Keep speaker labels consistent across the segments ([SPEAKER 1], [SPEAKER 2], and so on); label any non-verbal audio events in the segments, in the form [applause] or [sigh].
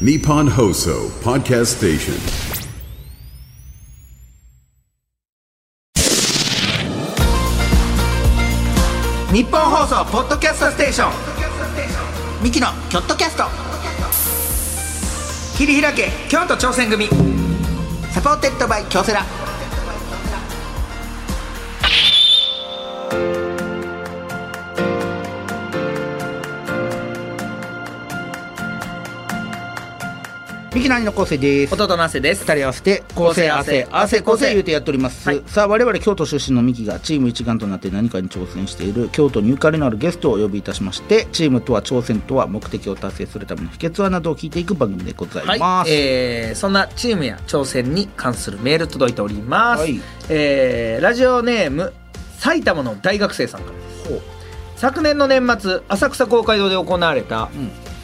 [SPEAKER 1] Nippon Hoso Podcast Station.
[SPEAKER 2] 日本放送ポッドキャストステーションミキのキョットキャスト切り開け京都挑戦組サポーテッドバイ京セラミキの兄の構成です
[SPEAKER 3] 弟の汗です。
[SPEAKER 2] 二人合わせて構成汗汗構成言うてやっております、
[SPEAKER 3] はい
[SPEAKER 2] さあ我々京都出身のミキがチーム一丸となって何かに挑戦している京都にゆかりのあるゲストをお呼びいたしましてチームとは挑戦とは目的を達成するための秘訣はなどを聞いていく番組でございま
[SPEAKER 3] は
[SPEAKER 2] す、
[SPEAKER 3] い、えー、そんなチームや挑戦に関するメール届いております。
[SPEAKER 2] はい
[SPEAKER 3] えー、ラジオネーム埼玉の大学生さんからです。昨年の年末浅草公会堂で行われた、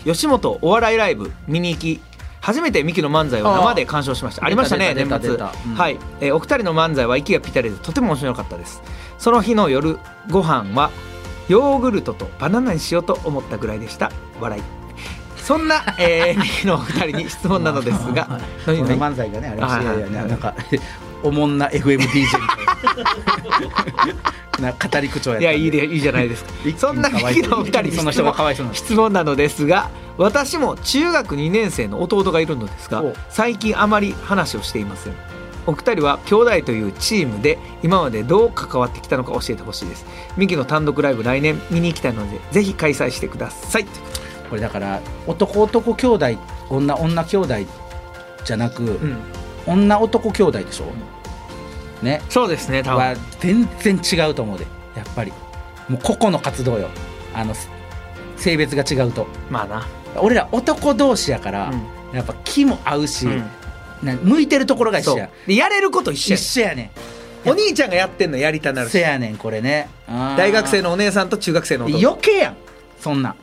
[SPEAKER 3] 吉本お笑いライブ見に行き初めてミキの漫才を生で鑑賞しましたありましたね
[SPEAKER 2] 出
[SPEAKER 3] 年
[SPEAKER 2] た
[SPEAKER 3] 末、
[SPEAKER 2] 出た出たうん
[SPEAKER 3] はい、えーお二人の漫才は息がぴったりでとても面白かったですその日の夜ご飯はヨーグルトとバナナにしようと思ったぐらいでした笑いそんな、
[SPEAKER 2] [laughs]
[SPEAKER 3] えー、ミキのお二人に質問なのですが
[SPEAKER 2] こ
[SPEAKER 3] 何
[SPEAKER 2] の
[SPEAKER 3] 何
[SPEAKER 2] 漫才がねあれ
[SPEAKER 3] はい
[SPEAKER 2] いやいやななんか [laughs] おもんな FMDJ みたい [laughs] なな語り口調やったん
[SPEAKER 3] いやいいでいいじゃないですか
[SPEAKER 2] 一気に
[SPEAKER 3] そんなミキのお二人に
[SPEAKER 2] その人がかわいそうな
[SPEAKER 3] 質問なのですが私も中学2年生の弟がいるのですが
[SPEAKER 2] お
[SPEAKER 3] 最近あまり話をしていませんお二人は兄弟というチームで今までどう関わってきたのか教えてほしいですミキの単独ライブ来年見に行きたいのでぜひ開催してください
[SPEAKER 2] これだから男男兄弟女女兄弟じゃなく、
[SPEAKER 3] うん
[SPEAKER 2] 女男兄弟でしょ、ね
[SPEAKER 3] そうですね多分
[SPEAKER 2] は全然違うと思うでやっぱりもう個々の活動よあのす性別が違うと
[SPEAKER 3] まあな
[SPEAKER 2] 俺ら男同士やから、やっぱ気も合うし、
[SPEAKER 3] うん
[SPEAKER 2] な向いてるところが一
[SPEAKER 3] そ
[SPEAKER 2] 緒
[SPEAKER 3] う
[SPEAKER 2] や
[SPEAKER 3] でやれること一緒
[SPEAKER 2] 一
[SPEAKER 3] やね
[SPEAKER 2] 緒やね
[SPEAKER 3] お兄ちゃんがやってんのやりたなるし
[SPEAKER 2] せやねんこれねあー
[SPEAKER 3] 大学生のお姉さんと中学生の弟
[SPEAKER 2] 余計やんそんなん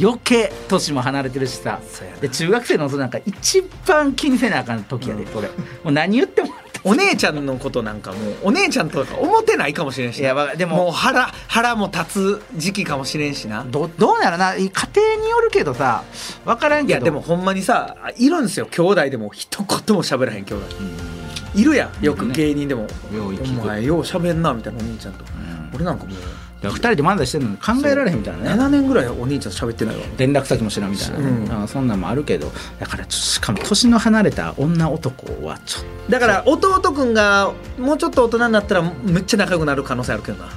[SPEAKER 2] 余計年も離れてるしさ
[SPEAKER 3] そうやな
[SPEAKER 2] で中学生のそなんか一番気にせなあかん時やで、
[SPEAKER 3] うん
[SPEAKER 2] それもう何言っても
[SPEAKER 3] お姉ちゃんのことなんかもうお姉ちゃんとか思ってないかもしれんしない
[SPEAKER 2] やわかでも
[SPEAKER 3] もう腹腹も立つ時期かもしれんしな
[SPEAKER 2] どどうならな家庭によるけどさ分からん
[SPEAKER 3] い
[SPEAKER 2] けど
[SPEAKER 3] やでもほんまにさいるんですよ兄弟でも一言も喋らへん兄弟いるやんよく
[SPEAKER 2] ね
[SPEAKER 3] 芸人でも
[SPEAKER 2] よう生きてる
[SPEAKER 3] お前よう喋んなみたいなお兄ちゃんとか俺なんかもう
[SPEAKER 2] 2人で漫才してるのに考えられへんみたいなね
[SPEAKER 3] 7年ぐらいお兄ちゃんと喋ってないわ
[SPEAKER 2] 連絡先も知らんみたいな、
[SPEAKER 3] うん
[SPEAKER 2] あそんなんもあるけどだからちょしかも年の離れた女男はちょっ
[SPEAKER 3] だから弟くんがもうちょっと大人になったらめっちゃ仲良くなる可能性あるけどな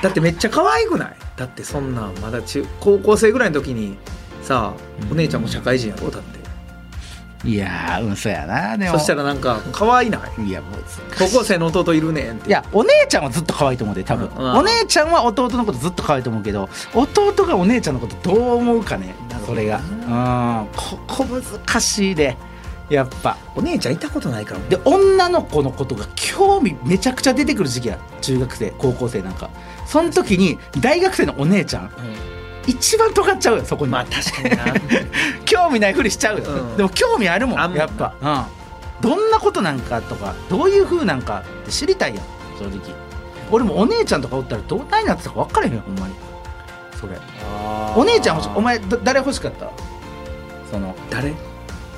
[SPEAKER 3] だってめっちゃ可愛くないだってそんなんまだ中高校生ぐらいの時にさお姉ちゃんも社会人やろだって
[SPEAKER 2] といやーうんそうやなでも
[SPEAKER 3] そしたらなんか可愛いない
[SPEAKER 2] いやもう
[SPEAKER 3] 高校生の弟いるねんって
[SPEAKER 2] いやお姉ちゃんはずっと可愛いと思うで多分、
[SPEAKER 3] うんうん
[SPEAKER 2] お姉ちゃんは弟のことずっと可愛いと思うけど弟がお姉ちゃんのことどう思うかねそれがうんここ難しいでやっぱ
[SPEAKER 3] お姉ちゃんいたことないから
[SPEAKER 2] で女の子のことが興味めちゃくちゃ出てくる時期や中学生高校生なんかその時に大学生のお姉ちゃん一番尖っちゃうよそこに、
[SPEAKER 3] まあ確かにな
[SPEAKER 2] [laughs] 興味ないふりしちゃうよ、
[SPEAKER 3] うん
[SPEAKER 2] でも興味あるも
[SPEAKER 3] あ
[SPEAKER 2] ん
[SPEAKER 3] ん
[SPEAKER 2] やっぱ、うん、どんなことなんかとかどういうふうなんかって知りたいやん正直俺もお姉ちゃんとかおったらどんなになってたか分からへんよほんまにそれお姉ちゃん欲しいお前だ誰欲しかったその
[SPEAKER 3] 誰うん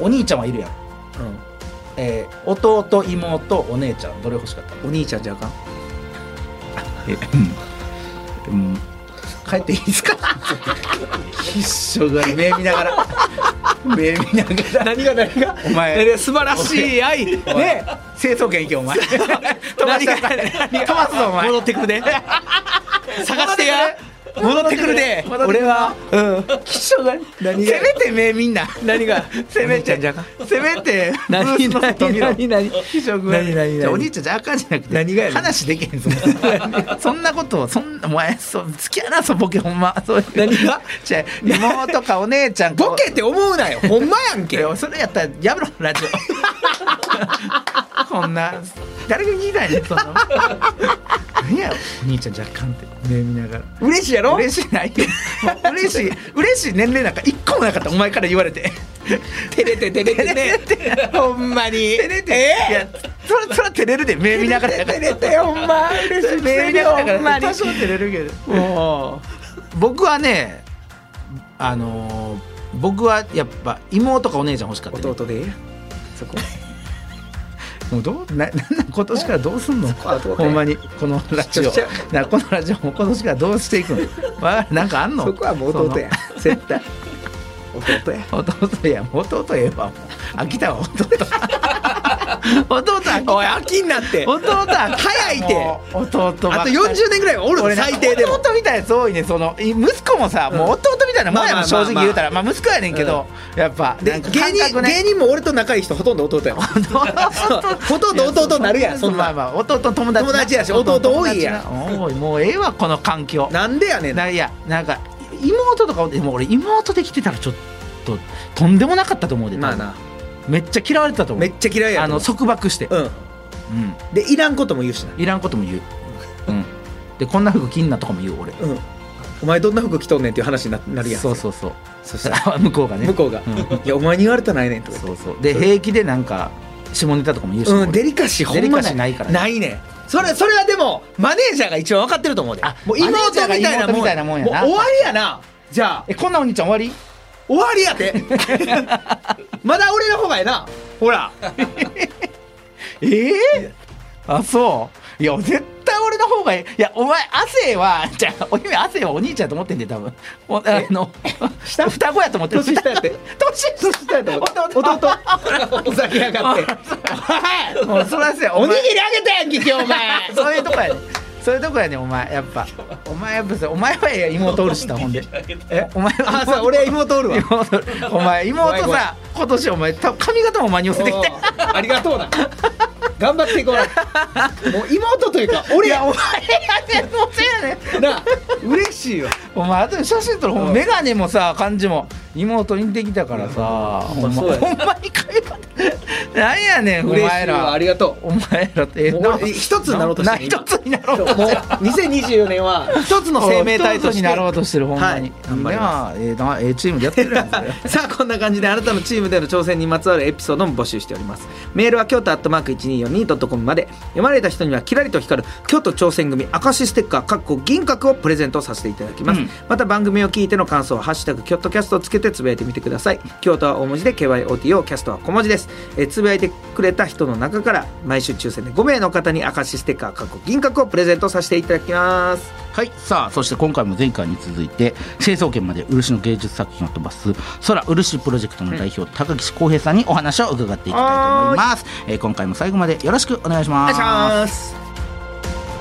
[SPEAKER 2] お兄ちゃんはいるやん、えー弟妹お姉ちゃんどれ欲しかった
[SPEAKER 3] お兄ちゃんじゃあかん
[SPEAKER 2] うん帰っていいです [laughs] か必勝が目見な
[SPEAKER 3] [laughs]
[SPEAKER 2] がら目見ながら
[SPEAKER 3] 何が何が
[SPEAKER 2] お前
[SPEAKER 3] えで素晴らしい愛
[SPEAKER 2] ね
[SPEAKER 3] ね
[SPEAKER 2] 清掃権行け
[SPEAKER 3] [laughs]
[SPEAKER 2] お前飛ば [laughs] して飛ばすぞお前
[SPEAKER 3] 戻ってくるで探してや
[SPEAKER 2] 戻
[SPEAKER 3] 戻っ
[SPEAKER 2] っ
[SPEAKER 3] てて
[SPEAKER 2] く
[SPEAKER 3] く
[SPEAKER 2] る
[SPEAKER 3] る
[SPEAKER 2] で
[SPEAKER 3] で
[SPEAKER 2] 俺
[SPEAKER 3] 俺
[SPEAKER 2] は
[SPEAKER 3] は
[SPEAKER 2] うん吉祥が
[SPEAKER 3] 何が
[SPEAKER 2] せめて目みんな
[SPEAKER 3] 何が
[SPEAKER 2] せめ
[SPEAKER 3] お兄ちゃ
[SPEAKER 2] て
[SPEAKER 3] んじゃあかん
[SPEAKER 2] せめて
[SPEAKER 3] 何
[SPEAKER 2] ブースの外見ろ
[SPEAKER 3] 何何何
[SPEAKER 2] 吉祥君は
[SPEAKER 3] 何何何
[SPEAKER 2] じゃあお兄ちゃんじゃあかんじゃなくて
[SPEAKER 3] 何がやねん
[SPEAKER 2] 話できへんぞそんなことそんなお前そう付き合いなそボケほんまそういう
[SPEAKER 3] 何が
[SPEAKER 2] じゃあ妹かお姉ちゃんか
[SPEAKER 3] ボケって思う [laughs] なよほんまやん
[SPEAKER 2] い
[SPEAKER 3] け
[SPEAKER 2] やそれやったらやめろラジオこんな誰が聞いたんやねんそんな何やお兄ちゃん若干って目見ながら
[SPEAKER 3] 嬉しいやろ
[SPEAKER 2] 嬉しいないよもう嬉しい嬉しい年齢なんか一個もなかったお前から言われて
[SPEAKER 3] 照れて照れてねほんまに
[SPEAKER 2] 照れて、いやそれそれは照れるで目見ながら照れてほんま嬉
[SPEAKER 3] しい
[SPEAKER 2] 目見ながら
[SPEAKER 3] ほんまに
[SPEAKER 2] 多少照れるけど
[SPEAKER 3] も
[SPEAKER 2] 僕はねあのー僕はやっぱ妹かお姉ちゃん欲しかった、ね、
[SPEAKER 3] 弟でええやんそこ
[SPEAKER 2] もうどうななんなん今年からどうすんの
[SPEAKER 3] こはどうか
[SPEAKER 2] ほんまにこのラジ
[SPEAKER 3] ち
[SPEAKER 2] オ
[SPEAKER 3] っちゃ
[SPEAKER 2] なこのラジオも今年からどうしていくの
[SPEAKER 3] [laughs]
[SPEAKER 2] わなんかあんの
[SPEAKER 3] そこはもう弟や絶対弟や
[SPEAKER 2] その弟やもう弟ええわもう飽きたわ弟 [laughs] 弟飽き
[SPEAKER 3] おい秋になって
[SPEAKER 2] 弟は
[SPEAKER 3] 早いて
[SPEAKER 2] 弟ば
[SPEAKER 3] あ
[SPEAKER 2] っ
[SPEAKER 3] と
[SPEAKER 2] かり
[SPEAKER 3] 40年ぐらいはおるの
[SPEAKER 2] 俺な
[SPEAKER 3] 最低でも
[SPEAKER 2] 弟みたいなやつ多いねそのい息子もさ、もう弟みたいなもんやも
[SPEAKER 3] まあまあまあま
[SPEAKER 2] ん
[SPEAKER 3] あ
[SPEAKER 2] 正直言うたらまあ息子やねんけど、やっぱ
[SPEAKER 3] で
[SPEAKER 2] なんか
[SPEAKER 3] 芸
[SPEAKER 2] 感
[SPEAKER 3] 人
[SPEAKER 2] 覚ね
[SPEAKER 3] 芸人も俺と仲いい人ほとんど弟やもんほとんど弟になるやんそん
[SPEAKER 2] まあ
[SPEAKER 3] な
[SPEAKER 2] まあ弟の友達な
[SPEAKER 3] 友達やし弟多いやん
[SPEAKER 2] 友達な多いもうええわこの環境
[SPEAKER 3] なんでやねん
[SPEAKER 2] ないやなんか妹とかでも俺妹できてたらちょっととんでもなかったと思うで、
[SPEAKER 3] まあな
[SPEAKER 2] 多分めっちゃ嫌われてたと思う
[SPEAKER 3] めっちゃ嫌いや
[SPEAKER 2] あ
[SPEAKER 3] と思
[SPEAKER 2] の
[SPEAKER 3] う
[SPEAKER 2] 束縛して、
[SPEAKER 3] うん
[SPEAKER 2] うん
[SPEAKER 3] でいらんことも言うしない
[SPEAKER 2] らんことも言う、うん、でこんな服着んなとかも言う俺
[SPEAKER 3] うんお前どんな服着とんねんっていう話にななるやん
[SPEAKER 2] そうそうそう
[SPEAKER 3] そしたら
[SPEAKER 2] あ [laughs] 向こうがね
[SPEAKER 3] 向こうが
[SPEAKER 2] ん
[SPEAKER 3] 「いやお前に言われたないねん」とか
[SPEAKER 2] そ
[SPEAKER 3] 言
[SPEAKER 2] う
[SPEAKER 3] って
[SPEAKER 2] そうで平気でなんか下ネタとかも言うし、
[SPEAKER 3] うん
[SPEAKER 2] 俺
[SPEAKER 3] デリカシーほんま
[SPEAKER 2] デリカシーないからね
[SPEAKER 3] ないねんそれそれはでもマネージャーが一番分かってると思うで
[SPEAKER 2] あ
[SPEAKER 3] もう妹
[SPEAKER 2] マネー
[SPEAKER 3] み
[SPEAKER 2] ジャーが
[SPEAKER 3] たいなもん
[SPEAKER 2] 妹みたいなもんやな
[SPEAKER 3] う終わりやなじゃあ
[SPEAKER 2] えこんなお兄ちゃん終わ
[SPEAKER 3] 終わりや
[SPEAKER 2] [laughs]
[SPEAKER 3] てまだ俺の方がええなほら
[SPEAKER 2] りええあそういや絶対俺の方がいいいやお前亜生は [laughs] じゃあお姫亜生はお兄ちゃんやと思ってんで多分おあの
[SPEAKER 3] [laughs] 下
[SPEAKER 2] 双子やと思ってる
[SPEAKER 3] 年下やって
[SPEAKER 2] [laughs] 年下やと思って
[SPEAKER 3] 弟お酒やがって
[SPEAKER 2] 弟もうそらせ
[SPEAKER 3] おにぎ
[SPEAKER 2] り
[SPEAKER 3] りあげたやんけ今日お前
[SPEAKER 2] [laughs] そういうとこやねそういうとこやねお前やっぱお前やっぱさお前はええや妹おるしなほんでえお前は
[SPEAKER 3] あそう俺は妹おるわ
[SPEAKER 2] 妹お前妹
[SPEAKER 3] ごめんごめん
[SPEAKER 2] さ今年お前多分髪型も間に寄せてき
[SPEAKER 3] お
[SPEAKER 2] て
[SPEAKER 3] うありがとうな頑張っていこうなもう妹という
[SPEAKER 2] [laughs]
[SPEAKER 3] か俺
[SPEAKER 2] いや
[SPEAKER 3] や
[SPEAKER 2] お前やねんもうせやねん [laughs]
[SPEAKER 3] な嬉しいよ
[SPEAKER 2] お前あとで写真撮るほんま
[SPEAKER 3] うん
[SPEAKER 2] 眼鏡もさ感じも妹にできたからさほんま
[SPEAKER 3] そうや
[SPEAKER 2] ほんまに会話なんやねんお
[SPEAKER 3] 嬉し
[SPEAKER 2] 前
[SPEAKER 3] いわあ
[SPEAKER 2] ら
[SPEAKER 3] りがとう
[SPEAKER 2] お前らってええ
[SPEAKER 3] もう
[SPEAKER 2] な
[SPEAKER 3] 俺一つになろうとしてる
[SPEAKER 2] な
[SPEAKER 3] 今
[SPEAKER 2] 一つになろう
[SPEAKER 3] もう
[SPEAKER 2] としてる
[SPEAKER 3] 2024年は一つの生命体として
[SPEAKER 2] 一つになろうとしてるほんまに
[SPEAKER 3] はい頑張りま
[SPEAKER 2] いやええなええチームでやってるやんそれ
[SPEAKER 3] さあこんな感じであなたのチームでの挑戦にまつわるエピソードも募集しておりますメールは京都アットマーク 1242.com まで読まれた人にはキラリと光る京都挑戦組明石ステッカーかっこ銀閣をプレゼントさせていただきます、
[SPEAKER 2] うん
[SPEAKER 3] また番組を聞いての感想は「ハッシュタグ京都キャスト」をつけてつぶやいてみてください京都は大文字で KYOTO キャストは小文字ですえーつぶやいてくれた人の中から毎週抽選で5名の方に明石ステッカーかっこ銀閣をプレゼントさせていただきます
[SPEAKER 2] [laughs] はいさあそして今回も前回に続いて成層圏まで漆の芸術作品を飛ばす空漆プロジェクトの代表、高岸浩平さんにお話を伺っていきたいと思います、えー今回も最後までよろしくお願いし
[SPEAKER 3] お
[SPEAKER 2] ま
[SPEAKER 3] 願い
[SPEAKER 2] す
[SPEAKER 3] します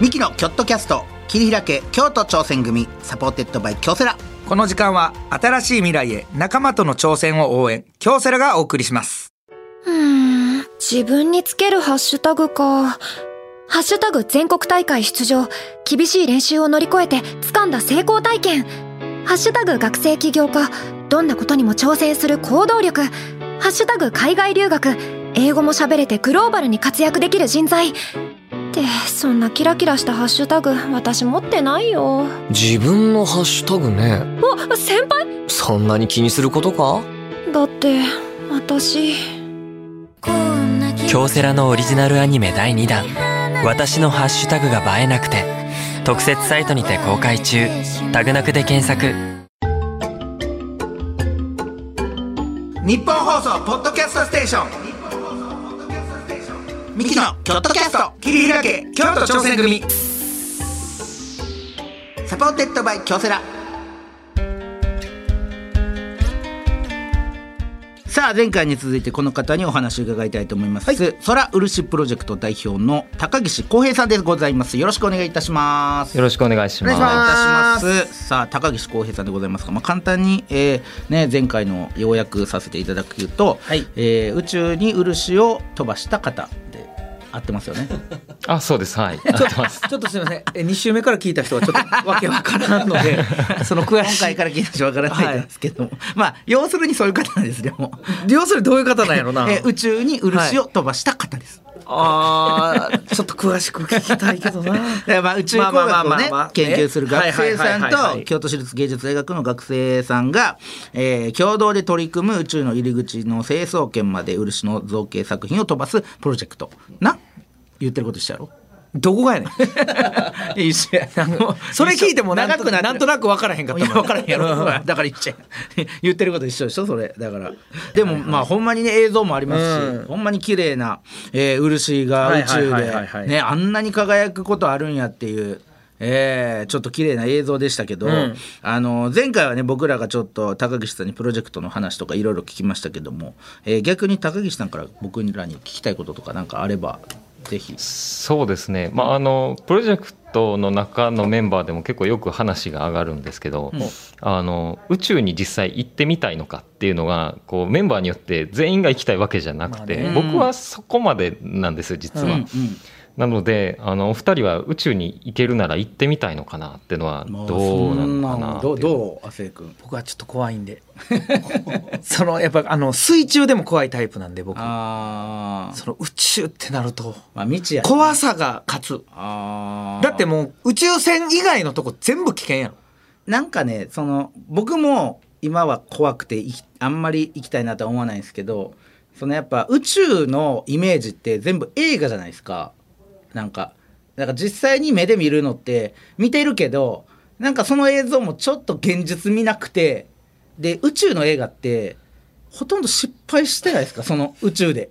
[SPEAKER 4] ミキのキョットキャスト切り開け京都挑戦組サポーテッドバイ京セラ
[SPEAKER 3] この時間は新しい未来へ仲間との挑戦を応援京セラがお送りします
[SPEAKER 5] うーん自分につけるハッシュタグか。ハッシュタグ全国大会出場。厳しい練習を乗り越えて掴んだ成功体験。ハッシュタグ学生起業家。どんなことにも挑戦する行動力。ハッシュタグ海外留学。英語も喋れてグローバルに活躍できる人材。って、そんなキラキラしたハッシュタグ私持ってないよ。
[SPEAKER 6] 自分のハッシュタグね
[SPEAKER 5] あ、先輩
[SPEAKER 6] そんなに気にすることか
[SPEAKER 5] だって、私。
[SPEAKER 6] 京セラのオリジナルアニメ第2弾「私のハッシュタグが映えなくて」特設サイトにて公開中タグなくで検索
[SPEAKER 4] 日本放送ポッドキャストステーションミキのキョットキャスト切り開け
[SPEAKER 3] 京都挑戦組
[SPEAKER 4] サポーテッドバイ京セラ
[SPEAKER 2] さあ前回に続いてこの方にお話を伺いたいと思います、空漆プロジェクト代表の高岸浩平さんでございますよろしくお願いいたします
[SPEAKER 7] よろしくお願いし
[SPEAKER 2] お願いし
[SPEAKER 7] ま
[SPEAKER 2] ますさあ高岸浩平さんでございますが、まあ、簡単に、えーね、前回の要約させていただくと、
[SPEAKER 3] はい
[SPEAKER 2] えー宇宙に漆を飛ばした方で合ってますよね [laughs]
[SPEAKER 7] す。あ、そうです。はい。
[SPEAKER 3] ちょっとちょっとすみませんえ2週 [laughs] 目から聞いた人はちょっとわけわからんの [laughs] でその悔
[SPEAKER 2] 今
[SPEAKER 3] し
[SPEAKER 2] 回
[SPEAKER 3] い
[SPEAKER 2] から聞いた人わからないですけども、まあ要するにそういう方なんですよもう
[SPEAKER 3] 要するにどういう方なんやろな
[SPEAKER 2] えー宇宙に漆を飛ばした方です、
[SPEAKER 3] あーちょっと詳しく聞きたいけどな
[SPEAKER 2] えまあ宇宙工
[SPEAKER 3] まあまあ
[SPEAKER 2] 学
[SPEAKER 3] ま
[SPEAKER 2] を
[SPEAKER 3] あま
[SPEAKER 2] ね
[SPEAKER 3] あまあ
[SPEAKER 2] 研究する学生さ
[SPEAKER 3] はいはいはい
[SPEAKER 2] ん
[SPEAKER 3] は
[SPEAKER 2] と
[SPEAKER 3] い
[SPEAKER 2] 京都市立芸術大学の学生さんが、えー共同で取り組む宇宙の入り口の成層圏まで漆の造形作品を飛ばすプロジェクトな言ってることしたやろ
[SPEAKER 3] どこがやねん
[SPEAKER 2] いや一緒や
[SPEAKER 3] もうそれ聞いてもなんと
[SPEAKER 2] 長くなって
[SPEAKER 3] な
[SPEAKER 2] る
[SPEAKER 3] んとなく分からへんかったもん
[SPEAKER 2] いや分からへんやろだから一緒や [laughs] 言ってること一緒でしょそれだからでもまあほんまにね映像もありますし、
[SPEAKER 3] うん
[SPEAKER 2] ほんまに綺麗な、えー漆が宇宙
[SPEAKER 3] はいはいはいはいは
[SPEAKER 2] で、
[SPEAKER 3] い
[SPEAKER 2] ね、あんなに輝くことあるんやっていう。えーちょっと綺麗な映像でしたけど、
[SPEAKER 3] ん
[SPEAKER 2] あの前回はね僕らがちょっと高岸さんにプロジェクトの話とかいろいろ聞きましたけども、えー逆に高岸さんから僕らに聞きたいこととかなんかあればぜひ
[SPEAKER 7] そうですね、まあ、あのプロジェクトの中のメンバーでも結構よく話が上がるんですけど、あの宇宙に実際行ってみたいのかっていうのがこうメンバーによって全員が行きたいわけじゃなくて、
[SPEAKER 2] まあね
[SPEAKER 7] 僕はそこまでなんですよ実は。
[SPEAKER 2] うん
[SPEAKER 7] なのであのお二人は宇宙に行けるなら行ってみたいのかなっていうのは
[SPEAKER 2] まあ
[SPEAKER 7] どう
[SPEAKER 2] そ
[SPEAKER 7] なのか
[SPEAKER 2] ん
[SPEAKER 7] な
[SPEAKER 2] の
[SPEAKER 7] ってい
[SPEAKER 2] ど
[SPEAKER 7] う
[SPEAKER 2] うどう亜生君
[SPEAKER 3] 僕はちょっと怖いんでそのやっぱあの水中でも怖いタイプなんで僕
[SPEAKER 2] あ
[SPEAKER 3] その宇宙ってなると
[SPEAKER 2] まあ未知やね
[SPEAKER 3] 怖さが勝つ
[SPEAKER 2] あー
[SPEAKER 3] だってもう宇宙船以外のとこ全部危険やろ
[SPEAKER 2] なんかねその僕も今は怖くていきあんまり行きたいなとは思わないんですけどそのやっぱ宇宙のイメージって全部映画じゃないですかなんかなんか実際に目で見るのって見てるけどなんかその映像もちょっと現実見なくてで宇宙の映画ってほとんど失敗してないですかその宇宙で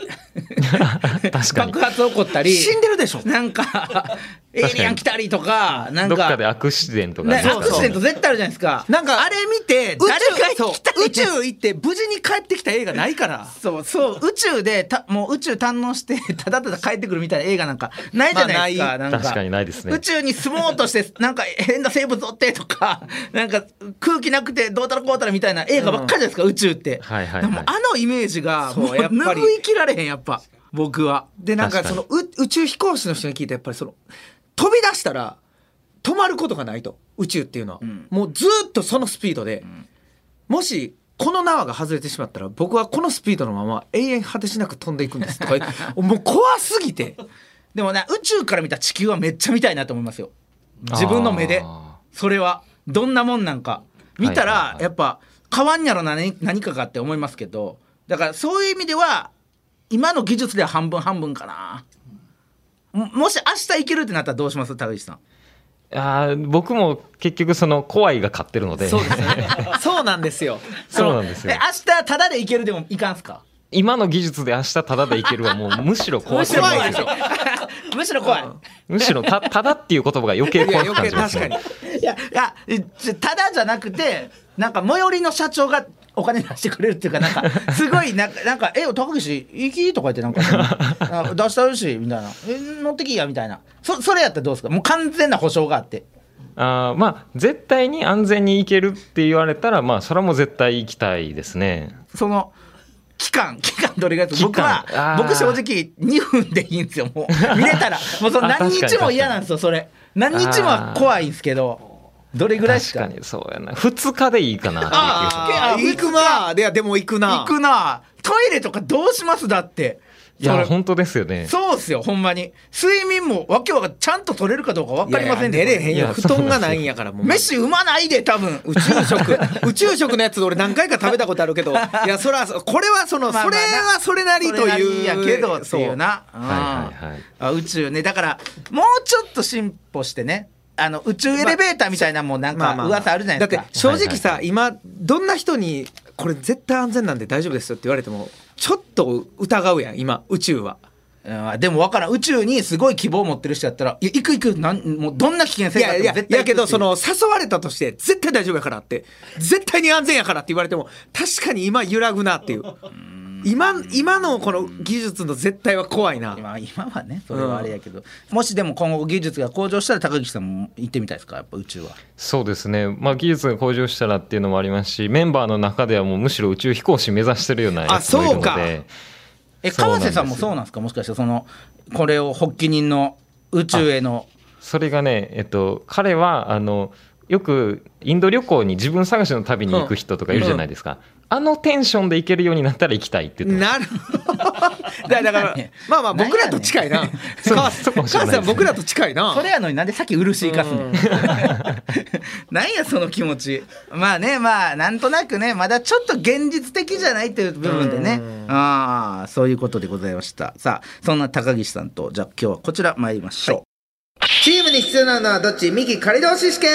[SPEAKER 7] [laughs] 確かに
[SPEAKER 2] [laughs] 爆発起こったり
[SPEAKER 3] 死んでるでしょ
[SPEAKER 2] なんかエイリアン来たりとかなん
[SPEAKER 7] ど
[SPEAKER 2] か
[SPEAKER 7] っかでアクシデントが
[SPEAKER 2] ね、
[SPEAKER 7] ありました
[SPEAKER 2] ア
[SPEAKER 7] ね
[SPEAKER 2] クシデント絶対あるじゃないですか。
[SPEAKER 3] なんか
[SPEAKER 2] あれ見て、誰が行きた
[SPEAKER 3] そう
[SPEAKER 2] い
[SPEAKER 3] 宇宙行って無事に帰ってきた映画ないから
[SPEAKER 2] そうそう宇宙でたもう宇宙堪能して [laughs] ただただ帰ってくるみたいな映画なんかないじゃないですか,、
[SPEAKER 3] まあ
[SPEAKER 2] な
[SPEAKER 3] なん
[SPEAKER 2] か
[SPEAKER 7] 確かにないですね
[SPEAKER 2] 宇宙に住もうとしてなんか変な生物おってとかなんか空気なくてどうたらこうたらみたいな映画ばっかりじゃないですか、宇宙って、
[SPEAKER 7] はいはい
[SPEAKER 2] で
[SPEAKER 7] はい
[SPEAKER 2] もあのイメージが
[SPEAKER 3] そう
[SPEAKER 2] もう
[SPEAKER 3] やっぱり
[SPEAKER 2] 拭いきられへんやっぱ僕は
[SPEAKER 3] でなんかそのう宇宙飛行士の人に聞いてやっぱりその飛び出したら止まることがないと宇宙っていうのは、もうずーっとそのスピードで、もしこの縄が外れてしまったら僕はこのスピードのまま永遠果てしなく飛んでいくんですとか言って
[SPEAKER 2] [laughs]
[SPEAKER 3] もう怖すぎて
[SPEAKER 2] でもね宇宙から見た地球はめっちゃ見たいなと思いますよ自分の目で
[SPEAKER 7] あ
[SPEAKER 2] それはどんなもんなんか見た
[SPEAKER 7] はいはい
[SPEAKER 2] ら
[SPEAKER 7] はい
[SPEAKER 2] やっぱ変わんやろな何何かかって思いますけどだからそういう意味では今の技術では半分半分かなももし明日行けるってなったらどうします高岸さん
[SPEAKER 7] あー僕も結局その怖いが勝ってるので
[SPEAKER 3] そうですよねそうなんです
[SPEAKER 2] [laughs]
[SPEAKER 3] よ
[SPEAKER 7] [laughs] そうなんですよ
[SPEAKER 2] え明日タダで行けるでも行かんすか
[SPEAKER 7] 今の技術で明日タダでいけるはもうむしろ怖くないですよ
[SPEAKER 2] [laughs] むしろ怖い、
[SPEAKER 7] むしろたタダっていう言葉が余計
[SPEAKER 3] いや
[SPEAKER 7] 怖く
[SPEAKER 3] 余
[SPEAKER 7] 感
[SPEAKER 3] 計
[SPEAKER 7] じま
[SPEAKER 3] 確
[SPEAKER 7] す
[SPEAKER 3] か
[SPEAKER 7] ね
[SPEAKER 3] に
[SPEAKER 2] いやいやえちょただじゃなくてなんか最寄りの社長がお金出してくれるっていうかなんかすごいなんかなんか「え高岸行き?」とか言ってなんかなんか出したるしみたいな「え乗ってきいや」みたいなそそれやったらどうですかもう完全な保証があって
[SPEAKER 7] あーまあ絶対に安全に行けるって言われたらまあそれはもう絶対行きたいですね
[SPEAKER 2] その期間期間どれぐらいです
[SPEAKER 7] 期
[SPEAKER 2] 僕
[SPEAKER 7] 間
[SPEAKER 2] は
[SPEAKER 7] あー
[SPEAKER 2] 僕正直2分でいいんですよもう見れたらもうその何日も嫌なんですよそれ何日もは怖いんですけどどれぐらいし
[SPEAKER 7] 確
[SPEAKER 2] か
[SPEAKER 7] かにそうやな2日でいいかなっていう気がします
[SPEAKER 2] あ
[SPEAKER 3] 行くないやでも行くな
[SPEAKER 2] 行くなトイレとかどうしますだって
[SPEAKER 7] い
[SPEAKER 2] そ
[SPEAKER 7] や
[SPEAKER 2] れ
[SPEAKER 7] 本当ですよね
[SPEAKER 2] そうっすよ、ほんまに。睡眠もわけわかんちゃんと取れるかどうかわかりません
[SPEAKER 3] いや
[SPEAKER 2] で
[SPEAKER 3] いや寝れへん
[SPEAKER 7] い
[SPEAKER 3] よ
[SPEAKER 7] や
[SPEAKER 3] 布団がないんやからもう
[SPEAKER 2] 飯産まないで、多分。
[SPEAKER 3] 宇宙 [laughs] 食宇宙食のやつ俺何回か食べたことある
[SPEAKER 2] [laughs]
[SPEAKER 3] けどいやそれはこれはその
[SPEAKER 2] まあま
[SPEAKER 3] そ
[SPEAKER 2] あ
[SPEAKER 3] れはそれなりと
[SPEAKER 2] それな
[SPEAKER 3] いう
[SPEAKER 2] りやけどっていうな。
[SPEAKER 7] はいはいはい
[SPEAKER 2] あ宇宙ね、だから、もうちょっと進歩してね、あの、宇宙エレベーターみたいなのもなん
[SPEAKER 3] ま
[SPEAKER 2] か
[SPEAKER 3] あまあ
[SPEAKER 2] 噂あるじゃないです
[SPEAKER 3] だ
[SPEAKER 2] か。
[SPEAKER 3] って正
[SPEAKER 7] は
[SPEAKER 3] 直
[SPEAKER 7] いは
[SPEAKER 3] さ今どんな人にこれ絶対安全なんで大丈夫ですよって言われてもちょっと疑うやん今宇宙は
[SPEAKER 2] うんでもわからん宇宙にすごい希望を持ってる人やったら「いや行く行くなんもうどんな危険
[SPEAKER 3] い
[SPEAKER 2] 性があっ
[SPEAKER 3] や
[SPEAKER 2] て
[SPEAKER 3] い
[SPEAKER 2] も
[SPEAKER 3] や
[SPEAKER 2] 絶対行く」
[SPEAKER 3] やけど
[SPEAKER 2] ってい
[SPEAKER 3] そうの誘われたとして絶対大丈夫やからって絶対に安全やからって言われても確かに今揺らぐなっていう今今のこの技術の絶対は怖いな
[SPEAKER 2] まあ今はねそれはあれやけど、もしでも今後技術が向上したら高岸さんも行ってみたいですかやっぱ宇宙は
[SPEAKER 7] そうですね、まあ、技術が向上したらっていうのもありますしメンバーの中ではもうむしろ宇宙飛行士目指してるようなやつもいるの
[SPEAKER 3] あそう
[SPEAKER 7] で
[SPEAKER 2] え
[SPEAKER 7] そうな
[SPEAKER 2] 川
[SPEAKER 7] んです
[SPEAKER 2] 瀬さんもそうなんですかもしかしてそのこれを発起人の宇宙への
[SPEAKER 7] それがね、えっと、彼はあのよくインド旅行に自分探しの旅に行く人とかいるじゃないですか、あのテンションで行けるようになったら行きたいって言ってま
[SPEAKER 3] なるほど [laughs] だだからまあまあ僕らと近い
[SPEAKER 2] [laughs]
[SPEAKER 3] な
[SPEAKER 7] そう
[SPEAKER 3] 川
[SPEAKER 7] そうかもしれ
[SPEAKER 3] 川
[SPEAKER 7] ないですね
[SPEAKER 3] さん僕らと近いな
[SPEAKER 2] それやのになんでさっき漆いかすねん [laughs] なんやその気持ちまあねまあなんとなくねまだちょっと現実的じゃないという部分でねああそういうことでございましたさあそんな高岸さんとじゃあ今日はこちら参りましょう、
[SPEAKER 4] チームに必要なのはどっちミキ仮同士試験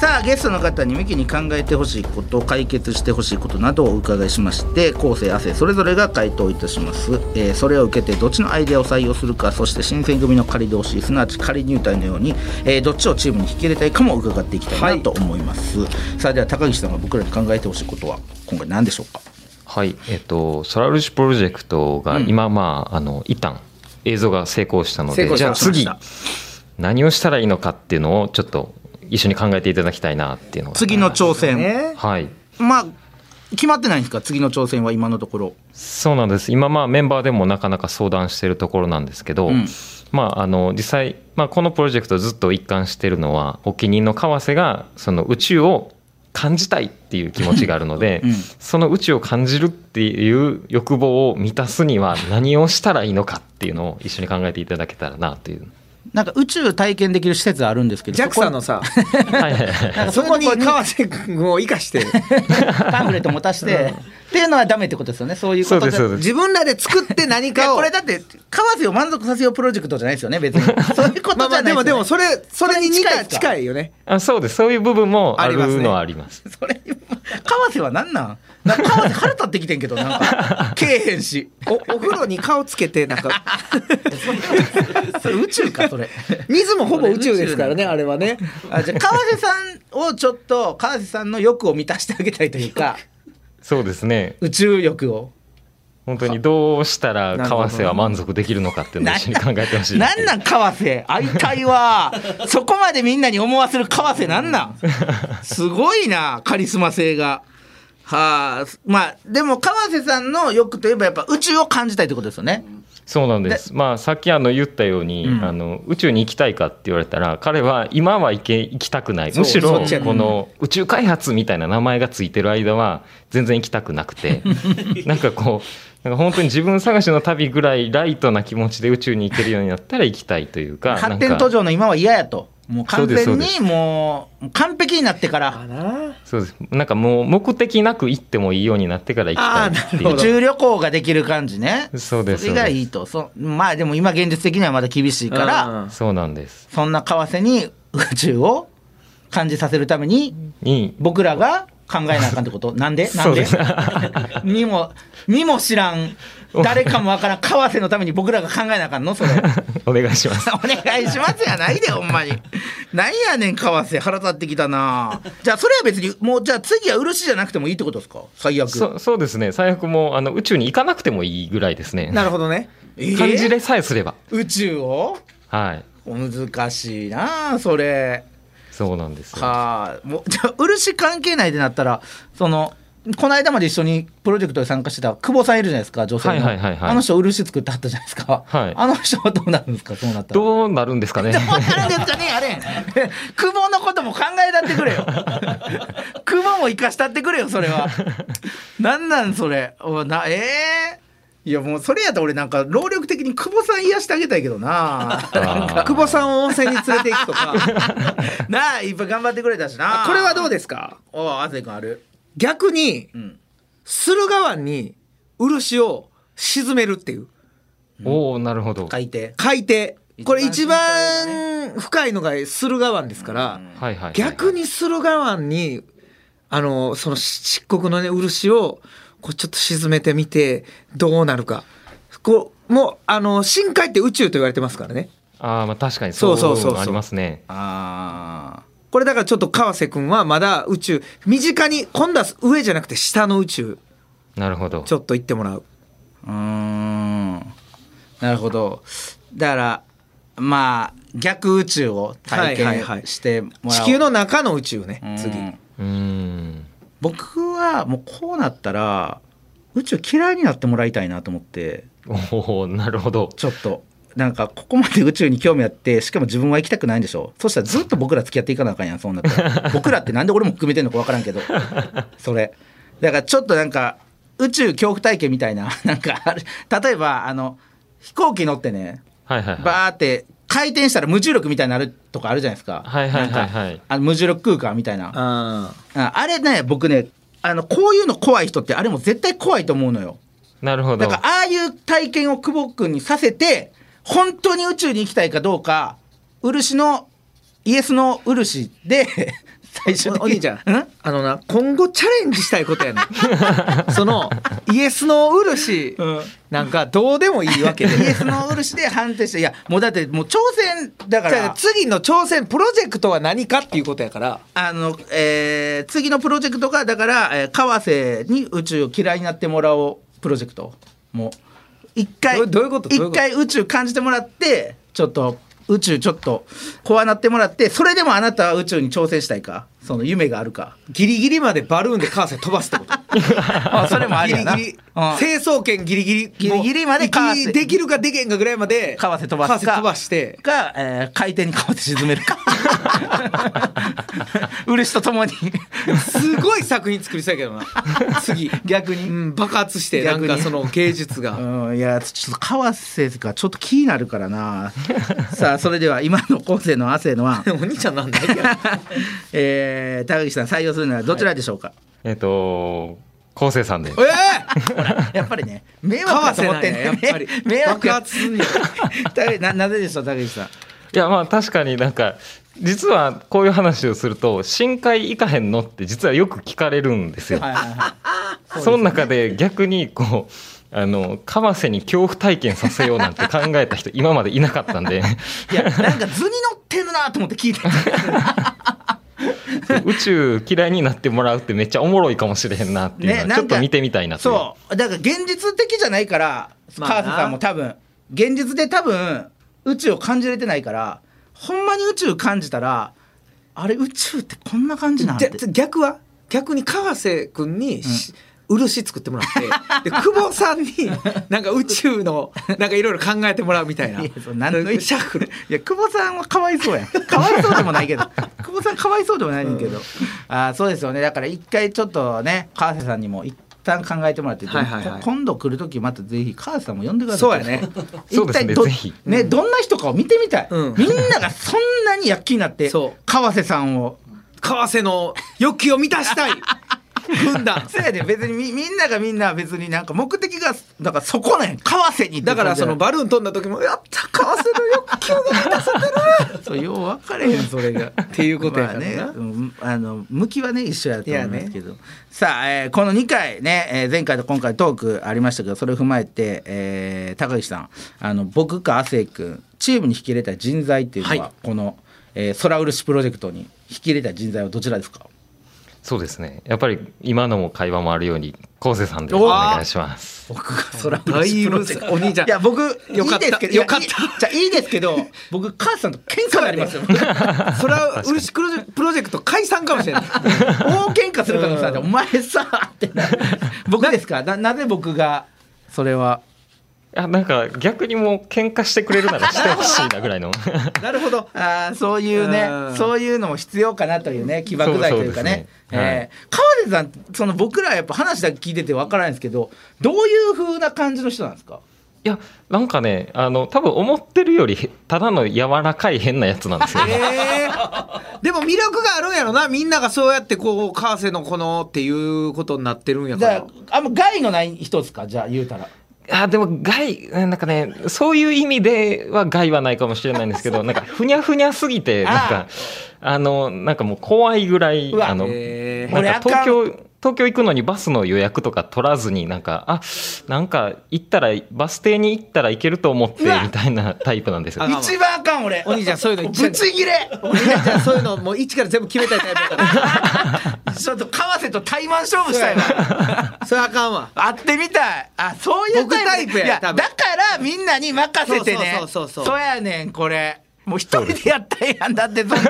[SPEAKER 2] さあゲストの方にミキに考えてほしいこと解決してほしいことなどをお伺いしまして昴生亜生それぞれが回答いたします、えーそれを受けてどっちのアイデアを採用するかそして新選組の仮同士すなわち仮入隊のように、えーどっちをチームに引き入れたいかも伺っていきたいなと思います、さあでは高岸さんが僕らに考えてほしいことは今回何でしょうか
[SPEAKER 7] はい、えっと、ソラルジプロジェクトが今、まあ、あの、一旦映像が成功したの
[SPEAKER 2] 成
[SPEAKER 7] で、
[SPEAKER 2] 功し
[SPEAKER 7] じゃ
[SPEAKER 2] ま
[SPEAKER 7] あ
[SPEAKER 2] した
[SPEAKER 7] 次、何をしたらいいのかっていうのを、ちょっと一緒に考えていただきたいなっていうのが。
[SPEAKER 2] 次の挑戦、
[SPEAKER 3] ね
[SPEAKER 7] はい。
[SPEAKER 2] まあ決まってないんですか次の挑戦は今のところ
[SPEAKER 7] そうなんです。今、まあ、メンバーでもなかなか相談してるところなんですけど、
[SPEAKER 2] うん
[SPEAKER 7] まあ、あの、実際、まあ、このプロジェクトずっと一貫してるのは、お気に入りの川瀬が、その宇宙を感じたいっていう気持ちがあるので、
[SPEAKER 2] うん
[SPEAKER 7] その宇宙を感じるっていう欲望を満たすには何をしたらいいのかっていうのを一緒に考えていただけたらなという。
[SPEAKER 2] なんか宇宙体験できる施設あるんですけど
[SPEAKER 3] ジャク
[SPEAKER 2] そこ
[SPEAKER 3] さんのさ
[SPEAKER 7] はいはい
[SPEAKER 2] [laughs]
[SPEAKER 7] はい
[SPEAKER 2] なんか
[SPEAKER 3] そ
[SPEAKER 2] そういうと
[SPEAKER 3] こに
[SPEAKER 2] こに
[SPEAKER 3] 川瀬君を生かして
[SPEAKER 2] パンフレット持たして、っていうのはダメってことですよねそういうこと
[SPEAKER 7] そうですそうです
[SPEAKER 3] 自分らで作って何
[SPEAKER 2] いや
[SPEAKER 3] かを
[SPEAKER 2] これだって川瀬を満足させようプロジェクトじゃないですよね
[SPEAKER 3] [laughs]
[SPEAKER 2] 別にそういうこと
[SPEAKER 3] まあ
[SPEAKER 2] じ
[SPEAKER 3] ま
[SPEAKER 2] ゃ
[SPEAKER 3] あ
[SPEAKER 2] な
[SPEAKER 3] で
[SPEAKER 2] い
[SPEAKER 3] も
[SPEAKER 2] す
[SPEAKER 3] で
[SPEAKER 2] よ
[SPEAKER 3] も
[SPEAKER 2] ね
[SPEAKER 3] それそれに似た近いよね
[SPEAKER 7] あそうですそういう部分もある
[SPEAKER 3] ありますね
[SPEAKER 7] のはあります
[SPEAKER 2] それ川瀬は何なんなんか川瀬腹立ってきてんけどな
[SPEAKER 3] [laughs]
[SPEAKER 2] んかけえへんし
[SPEAKER 3] おお風呂に顔つけてなんか
[SPEAKER 2] [laughs] それ宇宙かそれ
[SPEAKER 3] 水もほぼ宇宙ですからねあれはね
[SPEAKER 2] あじゃあ川瀬さんをちょっと川瀬さんの欲を満たしてあげたいというか
[SPEAKER 7] そうですね
[SPEAKER 2] 宇宙欲を
[SPEAKER 7] 本当にどうしたら川瀬は満足できるのかっていうのを一緒に考えてほし
[SPEAKER 2] [laughs]
[SPEAKER 7] い
[SPEAKER 2] なんなん川瀬会いたい
[SPEAKER 7] [laughs]
[SPEAKER 2] わそこまでみんなに思わせる川瀬なんなんすごいなカリスマ性がはあまあでも川瀬さんの欲といえばやっぱ宇宙を感じたいってことですよね
[SPEAKER 7] そうなんですまあさっきあの言ったように、あの宇宙に行きたいかって言われたら彼は今は行け行きたくないむしろ
[SPEAKER 3] そっちやね
[SPEAKER 7] この宇宙開発みたいな名前がついてる間は全然行きたくなくてなんかこうなんか本当に自分探しの旅ぐらいライトな気持ちで宇宙に行けるようになったら行きたいというか
[SPEAKER 2] 発展
[SPEAKER 7] なんか
[SPEAKER 2] 途上の今は嫌やともう完
[SPEAKER 7] そ
[SPEAKER 2] 全
[SPEAKER 7] うで
[SPEAKER 2] に
[SPEAKER 7] す
[SPEAKER 2] もう完璧になってから
[SPEAKER 7] そうですなんかもう目的なく行ってもいいようになってから行きたいっていう
[SPEAKER 2] 宇宙旅行ができる感じね
[SPEAKER 7] そうです
[SPEAKER 2] それがいいとそまあでも今現実的にはまだ厳しいから、
[SPEAKER 3] うん
[SPEAKER 7] そうなんです
[SPEAKER 2] そんな川瀬に宇宙を感じさせるために
[SPEAKER 7] に [laughs]
[SPEAKER 2] 僕らが考えなあかんってことなんでなんで
[SPEAKER 7] そう
[SPEAKER 2] [laughs] にもにも知らん誰かもわからん川瀬のために僕らが考えなあかん
[SPEAKER 7] [laughs]
[SPEAKER 2] のそれ
[SPEAKER 7] お願いし
[SPEAKER 2] [laughs]
[SPEAKER 7] ます
[SPEAKER 2] お願いしますやないでほんまになんやねん川瀬腹立ってきたなじゃあそれは別にもうじゃあ次は漆じゃなくてもいいってことですか最悪
[SPEAKER 7] そそうですね最悪もうあの宇宙に行かなくてもいいぐらいですね
[SPEAKER 3] なるほどね
[SPEAKER 2] えー
[SPEAKER 7] 感じれさえすれば
[SPEAKER 2] 宇宙を
[SPEAKER 7] はい
[SPEAKER 2] 難しいなそれ
[SPEAKER 7] そうなんですよ
[SPEAKER 2] はあ、もうじ [laughs] ゃあ漆関係ないでなったらそのこの間まで一緒にプロジェクトで参加してた久保さんいるじゃないですか女性の、
[SPEAKER 7] はいはいはいはい
[SPEAKER 2] あの人漆作ってはったじゃないですか、
[SPEAKER 7] はい
[SPEAKER 2] あの人はどうなるんですかそうなったらどう
[SPEAKER 7] どうなるんで
[SPEAKER 2] [laughs]
[SPEAKER 7] すかね
[SPEAKER 2] なるんですかねあれ [laughs] 久保のことも考えたってくれよ [laughs] 久保も生かしたってくれよそれはなんなんそれおなえーいやもうそれやったら俺なんか労力的に久保さん癒してあげたいけど
[SPEAKER 7] [laughs]
[SPEAKER 2] な
[SPEAKER 7] あー
[SPEAKER 3] 久保さんを温泉に連れていくとか
[SPEAKER 2] なあいっぱい頑張ってくれたしな
[SPEAKER 3] これはどうですか
[SPEAKER 2] おう亜生君ある
[SPEAKER 3] 逆に、駿河湾に漆を沈めるっていう
[SPEAKER 7] [laughs] おおなるほどはい
[SPEAKER 2] 海底
[SPEAKER 3] 海底これ一
[SPEAKER 2] 一番
[SPEAKER 3] 番深いのが駿河湾ですから、
[SPEAKER 7] はいはい
[SPEAKER 3] 逆に駿河湾にあのその漆黒のね漆をこうちょっと沈めてみてどうなるかこうもうあの深海って宇宙と言われてますからね
[SPEAKER 7] ああまあ確かに
[SPEAKER 3] そ
[SPEAKER 7] そうう
[SPEAKER 3] そ
[SPEAKER 7] そ
[SPEAKER 3] そう
[SPEAKER 7] うう
[SPEAKER 3] そう
[SPEAKER 7] ありますね
[SPEAKER 2] あ
[SPEAKER 3] これだからちょっと川瀬君はまだ宇宙身近に今度は上じゃなくて下の宇宙
[SPEAKER 7] なるほど
[SPEAKER 3] ちょっと行ってもらう
[SPEAKER 2] あうーんなるほどだからまあ逆宇宙を体
[SPEAKER 3] はいはいはい
[SPEAKER 2] 験してもらおう、
[SPEAKER 3] 地球の中の宇宙ね
[SPEAKER 2] うん
[SPEAKER 3] 次
[SPEAKER 7] うーん
[SPEAKER 2] 僕はもうこうなったら宇宙嫌いになってもらいたいなと思って
[SPEAKER 7] おおなるほど
[SPEAKER 2] ちょっとなんかここまで宇宙に興味あってしかも自分は行きたくないんでしょそしたらずっと僕ら付き合っていかなあかんやんそうなった
[SPEAKER 7] [laughs]
[SPEAKER 2] ら僕らってなんで俺も含めてんのか分からんけどそれだからちょっとなんか宇宙恐怖体験みたいななんかある例えばあの飛行機乗ってね
[SPEAKER 7] はいはいはい
[SPEAKER 2] バーって回転したら無重力みたいになるとかあるじゃないですか。
[SPEAKER 7] はいはいはいはい
[SPEAKER 2] なんかあの無重力空間みたいな。
[SPEAKER 3] あ
[SPEAKER 2] ああれね、僕ね、あの、こういうの怖い人ってあれも絶対怖いと思うのよ。
[SPEAKER 7] なるほど
[SPEAKER 2] だから、ああいう体験を久保君にさせて、本当に宇宙に行きたいかどうか、漆の、イエスの漆で、最終
[SPEAKER 3] [laughs]
[SPEAKER 2] 的に。
[SPEAKER 3] おお兄ちゃん
[SPEAKER 2] [laughs] うん
[SPEAKER 3] あのな今後チャレンジしたいことやねん
[SPEAKER 2] [laughs]
[SPEAKER 3] そのイエスの漆
[SPEAKER 2] うん
[SPEAKER 3] なんかどうでもいいわけ
[SPEAKER 2] イ
[SPEAKER 3] で
[SPEAKER 2] エスの漆で判定して、いや、もうだって、もう挑戦だか
[SPEAKER 3] じゃあ
[SPEAKER 2] ら、
[SPEAKER 3] 次の挑戦プロジェクトは何かっていうことやから
[SPEAKER 2] あの、えー次のプロジェクトが、だから、えー川瀬に宇宙を嫌いになってもらおう、プロジェクト。もう、一
[SPEAKER 3] ど
[SPEAKER 2] 回、
[SPEAKER 3] うどういうことどういう
[SPEAKER 2] 一
[SPEAKER 3] こと
[SPEAKER 2] 回宇宙感じてもらって、ちょっと、宇宙ちょっと、怖なってもらって、それでもあなたは宇宙に挑戦したいか、その夢があるか。
[SPEAKER 3] ギリギリまでバルーンでカーセ飛ばすってこと
[SPEAKER 2] [laughs] あそれもありやな
[SPEAKER 3] ギリギリ
[SPEAKER 2] うん
[SPEAKER 3] 成層圏ギリギリ
[SPEAKER 2] ギリギリまでカーセ
[SPEAKER 3] もう息できるかできへんかぐらいまで
[SPEAKER 2] 川瀬飛ばす
[SPEAKER 3] カ
[SPEAKER 2] か
[SPEAKER 3] ーセ飛ばして
[SPEAKER 2] が、えー、海底に川瀬沈め
[SPEAKER 3] [laughs]
[SPEAKER 2] るか漆とともに [laughs]
[SPEAKER 3] すごい作品作りそうやけどな次
[SPEAKER 2] 逆
[SPEAKER 3] う
[SPEAKER 2] に、
[SPEAKER 3] ん爆発してな
[SPEAKER 2] 逆
[SPEAKER 3] ん
[SPEAKER 2] に
[SPEAKER 3] かその芸術
[SPEAKER 2] [laughs]
[SPEAKER 3] が
[SPEAKER 2] うん、いやちょっと川瀬がちょっと気になるか
[SPEAKER 3] [laughs]
[SPEAKER 2] らなさあそれでは今の後世の亜生のは
[SPEAKER 3] お兄ちゃんなんだいや
[SPEAKER 2] えー、高岸さん採用するならどちらでしょうか、
[SPEAKER 7] えっ、と昴生さんで
[SPEAKER 3] ええ
[SPEAKER 2] やっぱりね迷惑
[SPEAKER 3] 川
[SPEAKER 2] だと
[SPEAKER 3] 瀬
[SPEAKER 2] 思っ
[SPEAKER 3] なん
[SPEAKER 2] て
[SPEAKER 3] や
[SPEAKER 2] んね
[SPEAKER 3] やっぱり
[SPEAKER 2] [laughs] 迷惑
[SPEAKER 3] 爆発すんねや
[SPEAKER 2] 高ななぜでしょう高岸さん
[SPEAKER 7] いやまあ確かになんか実はこういう話をすると深海行かへんのって実はよく聞かれるんですよ。
[SPEAKER 2] はいはいはい
[SPEAKER 7] [laughs] その中で逆にこうあの川瀬に恐怖体験させようなんて考えた人今までいなかったんで
[SPEAKER 2] いやなんか図に乗ってるなと思って聞いてた
[SPEAKER 7] [laughs] 宇宙嫌いになってもらうってめっちゃおもろいかもしれへんなっていうのは、
[SPEAKER 2] な
[SPEAKER 7] ち
[SPEAKER 2] ん
[SPEAKER 7] ょっ
[SPEAKER 2] か
[SPEAKER 7] と見てみたいなという
[SPEAKER 2] そうだから現実的じゃないから
[SPEAKER 3] まあな
[SPEAKER 2] 川瀬さんも多分現実で多分宇宙を感じれてないからほんまに宇宙感じたらあれ宇宙ってこんな感じなん
[SPEAKER 3] じ
[SPEAKER 2] て
[SPEAKER 3] ゃあ逆は逆に川瀬君にし、漆作ってもらってで久保さんになんか宇宙のなんかいろいろ考えてもらうみたいない
[SPEAKER 2] やそう何の意味
[SPEAKER 7] [laughs]
[SPEAKER 3] シャッフル
[SPEAKER 2] いや久保さんはかわいそうやんかわいそうでもないけ
[SPEAKER 7] [laughs]
[SPEAKER 2] ど久保さんかわいそうでもないねんけど、ああそうですよねだから一回ちょっとね川瀬さんにも一旦考えてもらって、
[SPEAKER 3] はいはいはい
[SPEAKER 2] こ今度来る時またぜひ川瀬さんも呼んでください
[SPEAKER 3] そうやね
[SPEAKER 7] そうですね
[SPEAKER 2] 一体ど
[SPEAKER 7] ぜひ
[SPEAKER 2] ね、どんな人かを見てみたい、
[SPEAKER 3] うん
[SPEAKER 2] みんながそんなに躍起になって
[SPEAKER 3] そう
[SPEAKER 2] 川瀬さんを
[SPEAKER 3] 川瀬の欲求を満た
[SPEAKER 2] [laughs]
[SPEAKER 3] したい軍団
[SPEAKER 2] そうやで別にみみんながみんな別になんか目的がだからそこなんや川瀬にって
[SPEAKER 3] だからその
[SPEAKER 2] 感
[SPEAKER 3] バルーン飛んだ時も「やった川瀬の欲求が満たされる!
[SPEAKER 2] じそうよう分かれへんそれが
[SPEAKER 3] [laughs]
[SPEAKER 2] って
[SPEAKER 3] いうことやからな
[SPEAKER 2] ね、うんあの向きはね一緒やと思いますけど、さあ、えーこの2回ね、えー前回と今回トークありましたけどそれを踏まえて、えー高岸さんあの僕か亜生君チームに引き入れた人材っていうのは、
[SPEAKER 3] はい
[SPEAKER 2] この、えー、空漆プロジェクトに引き入れた人材はどちらですか
[SPEAKER 7] そうですねやっぱり今のも会話もあるように昴生さんで
[SPEAKER 2] お
[SPEAKER 7] お
[SPEAKER 2] ー
[SPEAKER 7] 願いします
[SPEAKER 2] 僕が空
[SPEAKER 3] だい
[SPEAKER 2] 漆プ
[SPEAKER 3] ぶ
[SPEAKER 2] ロジェクト
[SPEAKER 3] お兄ちゃん
[SPEAKER 2] いや僕
[SPEAKER 3] よかった
[SPEAKER 2] いいですけど
[SPEAKER 3] よかった
[SPEAKER 2] いやいいじゃあいいですけど [laughs] 僕母さんと喧嘩になりますよ僕
[SPEAKER 3] それは漆プロジェプロジェクト解散かもしれない
[SPEAKER 2] 大喧嘩するかもしれないお前さってな [laughs] 僕ですかななぜ僕がそれはい
[SPEAKER 7] やなんか逆にもう喧嘩してくれるならしてほしいなぐらいの
[SPEAKER 3] なるほど
[SPEAKER 2] あーそういう
[SPEAKER 3] う
[SPEAKER 2] ね
[SPEAKER 3] ん
[SPEAKER 2] そういうのも必要かなというね起爆剤というかね
[SPEAKER 7] そうそうですね
[SPEAKER 2] えー川出さんその僕らはやっぱ話だけ聞いててわからないんですけどどういう風な感じの人なんですか
[SPEAKER 7] いやなんかねあの多分思ってるよりただの柔らかい変なやつなんですよ、ね、
[SPEAKER 3] えー、でも魅力があるんやろなみんながそうやってこう川瀬のこのっていうことになってるんや
[SPEAKER 2] じ
[SPEAKER 3] か
[SPEAKER 2] ゃ
[SPEAKER 3] ら
[SPEAKER 2] ああんま害のない人ですかじゃあ言うたら
[SPEAKER 7] あでも害なんかねそういう意味では害はないかもしれないんですけどなんかふにゃふにゃすぎてなんかあのなんかもう怖いぐらいう
[SPEAKER 2] わ
[SPEAKER 7] あの
[SPEAKER 3] へー
[SPEAKER 7] なんか東
[SPEAKER 2] 俺
[SPEAKER 7] 京東京行くのにバスの予約とか取らずになんかあなんか行ったらバス停に行ったら行けると思って
[SPEAKER 2] うわ
[SPEAKER 7] みたいなタイプなんですよ
[SPEAKER 3] あ。
[SPEAKER 2] 一番あかん俺
[SPEAKER 3] お兄ちゃんそういう
[SPEAKER 2] [laughs]
[SPEAKER 3] の一番
[SPEAKER 2] ぶち切れ
[SPEAKER 3] 俺たちはそういうのもう一から全部決めたいタイプだか
[SPEAKER 2] [laughs] ちょっと川瀬と対マン勝負したいわ。
[SPEAKER 3] らそれあかんわ
[SPEAKER 2] 会ってみたい。あ、そういうタイプ
[SPEAKER 3] 僕タイプや
[SPEAKER 2] いや、
[SPEAKER 3] 多
[SPEAKER 2] だ
[SPEAKER 3] 分
[SPEAKER 2] からみんなに任せてね。
[SPEAKER 3] そうそうそうそう
[SPEAKER 2] やねん、これ。もう一人でやったらやんだって、
[SPEAKER 3] [laughs]
[SPEAKER 2] そんな。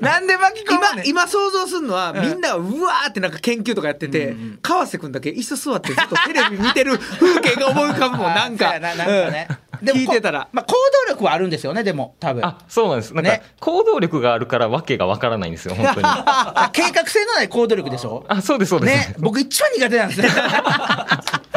[SPEAKER 2] なんで巻き込まんね
[SPEAKER 3] 今
[SPEAKER 2] ん
[SPEAKER 3] 今想像するのはみんながうわーってなんか研究とかやってて、川瀬君だけ椅子座ってずっとテレビ見てる [laughs] 風景が思い浮かぶもんなん
[SPEAKER 2] そう
[SPEAKER 3] か
[SPEAKER 2] やななんかね。
[SPEAKER 3] うん
[SPEAKER 2] でも
[SPEAKER 3] 聞いてたら
[SPEAKER 2] こまあ、行動力はあるんですよね、でも、多分。
[SPEAKER 7] あそうなんですなんか
[SPEAKER 2] ね
[SPEAKER 7] 行動力があるからわけがわからないんですよ本当に。
[SPEAKER 2] あ計画性のない行動力でしょ
[SPEAKER 7] あそうですそうです。
[SPEAKER 3] [laughs]
[SPEAKER 2] ね、僕一番苦手なんですね。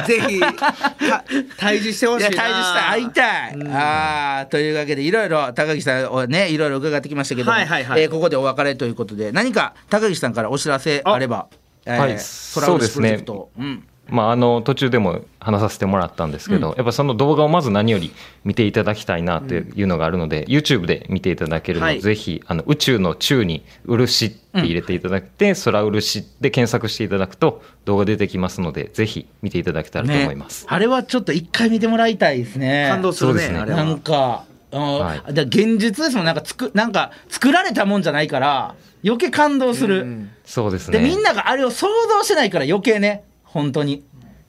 [SPEAKER 2] ぜひか退治してほしいない
[SPEAKER 3] や退治したい
[SPEAKER 2] 会いたい、ああというわけでいろいろ高木さんをねいろいろ伺ってきましたけども、
[SPEAKER 3] はいはいはい
[SPEAKER 2] えーここでお別れということで何か高岸さんからお知らせあればえー
[SPEAKER 7] はい
[SPEAKER 2] トラウルスプロジェクトをうん
[SPEAKER 7] まあ、あの途中でも話させてもらったんですけど、やっぱその動画をまず何より見ていただきたいなというのがあるので、YouTube で見ていただけるので、
[SPEAKER 3] はい
[SPEAKER 7] ぜひあの宇宙の宙に漆って入れていただいて、空漆で検索していただくと動画出てきますのでぜひ見ていただけたらと思います、
[SPEAKER 2] ねあれはちょっと一回見てもらいたいですね
[SPEAKER 3] 感動する
[SPEAKER 7] そう
[SPEAKER 3] ね
[SPEAKER 7] ですね
[SPEAKER 3] あれ
[SPEAKER 2] なん
[SPEAKER 3] は
[SPEAKER 2] か、うん
[SPEAKER 7] はい
[SPEAKER 2] だから現実ですもんなんかつくなんか作られたもんじゃないから余計感動する、
[SPEAKER 7] そうです
[SPEAKER 2] で
[SPEAKER 7] ね
[SPEAKER 2] みんながあれを想像してないから余計ね本当に。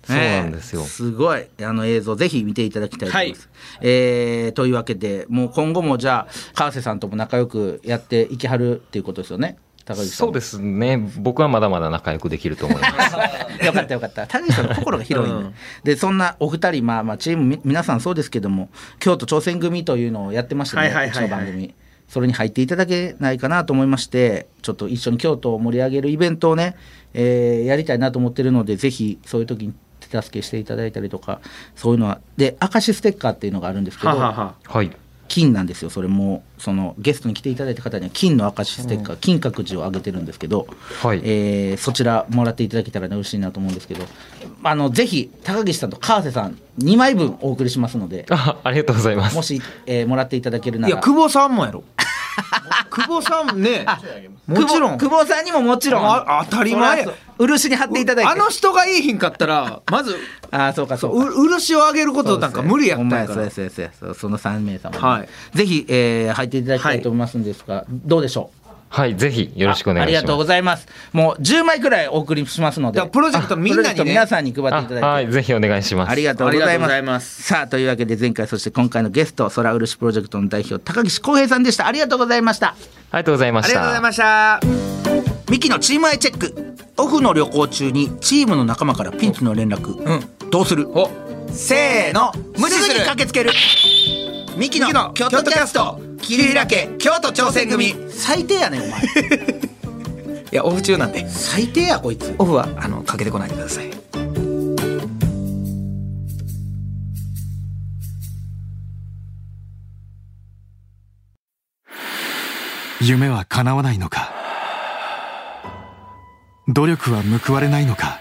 [SPEAKER 7] そうなんですよ
[SPEAKER 2] ねすごいあの映像ぜひ見ていただきたいと思います。えーというわけでもう今後もじゃあ川瀬さんとも仲良くやっていきはるっていうことですよね高木さん
[SPEAKER 7] そうですね僕はまだまだ仲良くできると思います
[SPEAKER 2] [laughs] よかったよかった。谷口さんの心が広いね。で、そんなお二人、まあまあ、チームみ、皆さんそうですけども、京都挑戦組というのをやってましてね、
[SPEAKER 3] はいはいはいはいう
[SPEAKER 2] ちの番組。それに入っていただけないかなと思いまして、ちょっと一緒に京都を盛り上げるイベントをね、えーやりたいなと思ってるので、ぜひそういう時に手助けしていただいたりとか、そういうのは。で、明石ステッカーっていうのがあるんですけど、
[SPEAKER 3] ははは
[SPEAKER 7] はい
[SPEAKER 2] 金なんですよそれもそのゲストに来ていただいた方には金の証ステッカー、金閣寺をあげてるんですけど、
[SPEAKER 7] はい
[SPEAKER 2] えーそちらもらっていただけたらね嬉しいなと思うんですけどあのぜひ高岸さんと川瀬さん2枚分お送りしますので
[SPEAKER 7] あありがとうございます
[SPEAKER 2] もし、えーもらっていただけるないら
[SPEAKER 3] や久保さんもやろ久保さん
[SPEAKER 2] [laughs]
[SPEAKER 3] ねもちろん
[SPEAKER 2] 久保久保さんにももちろん
[SPEAKER 3] あ当たり前や
[SPEAKER 2] そらそう漆に貼っていただいて
[SPEAKER 3] あの人がいいひんかったらまず
[SPEAKER 2] あーそうかそうか
[SPEAKER 3] う漆を上げることなんか無理やったんやか
[SPEAKER 2] ほんま
[SPEAKER 3] ら
[SPEAKER 2] やそうやそうやそうやその3名様に、
[SPEAKER 3] はい
[SPEAKER 2] ぜひ、えー入っていただきたいと思いますんですが、どうでしょう
[SPEAKER 7] はいぜひよろしくお願いします
[SPEAKER 2] あありがとうございます。もう10枚くらいお送りしますので
[SPEAKER 3] だから、プロジェクトのみんなにね
[SPEAKER 2] プロジェクトの皆さんに配っていただいて。
[SPEAKER 7] あはいぜひお願いします
[SPEAKER 2] ありがとうございま
[SPEAKER 3] あ
[SPEAKER 2] す
[SPEAKER 3] りがとうございます
[SPEAKER 2] さあというわけで前回そして今回のゲスト空漆プロジェクトの代表高岸浩平さんでしたありがとうございました
[SPEAKER 7] ありがとうございま
[SPEAKER 3] あ
[SPEAKER 7] し
[SPEAKER 3] りがとうご
[SPEAKER 7] た
[SPEAKER 3] ざいました
[SPEAKER 2] ミキのチームアイチェックオフの旅行中にチームの仲間からピンチの連絡、どうする
[SPEAKER 3] せーの無視する
[SPEAKER 2] けつける
[SPEAKER 3] ミキの京都キャスト桐平家京都挑戦組い
[SPEAKER 2] 最低やねん
[SPEAKER 3] [laughs]
[SPEAKER 2] お前
[SPEAKER 3] やオフ中なんで
[SPEAKER 2] 最低やこいつ
[SPEAKER 3] オフはあのかけてこないでください
[SPEAKER 8] 夢は叶わないのか努力は報われないのか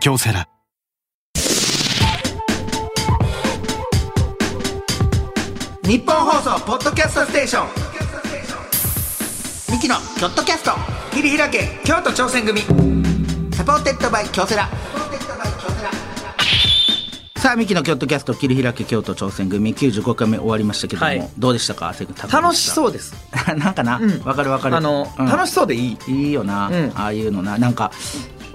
[SPEAKER 8] 京セラ
[SPEAKER 4] 日本放送ポッドキャストステーションミキのキョットキャスト切り開け京都挑戦組サポーテッドバイ京セラ
[SPEAKER 2] さあミキの京都キャスト切り開け京都挑戦組95回目終わりましたけども、
[SPEAKER 3] はい
[SPEAKER 2] どうでしたかセク高岸さん
[SPEAKER 3] 楽しそうです
[SPEAKER 2] [laughs] なんかなわ、
[SPEAKER 3] うん
[SPEAKER 2] かるわかる
[SPEAKER 3] あの、楽しそうでいい
[SPEAKER 2] いいいよな、
[SPEAKER 3] うん
[SPEAKER 2] ああいうのななんか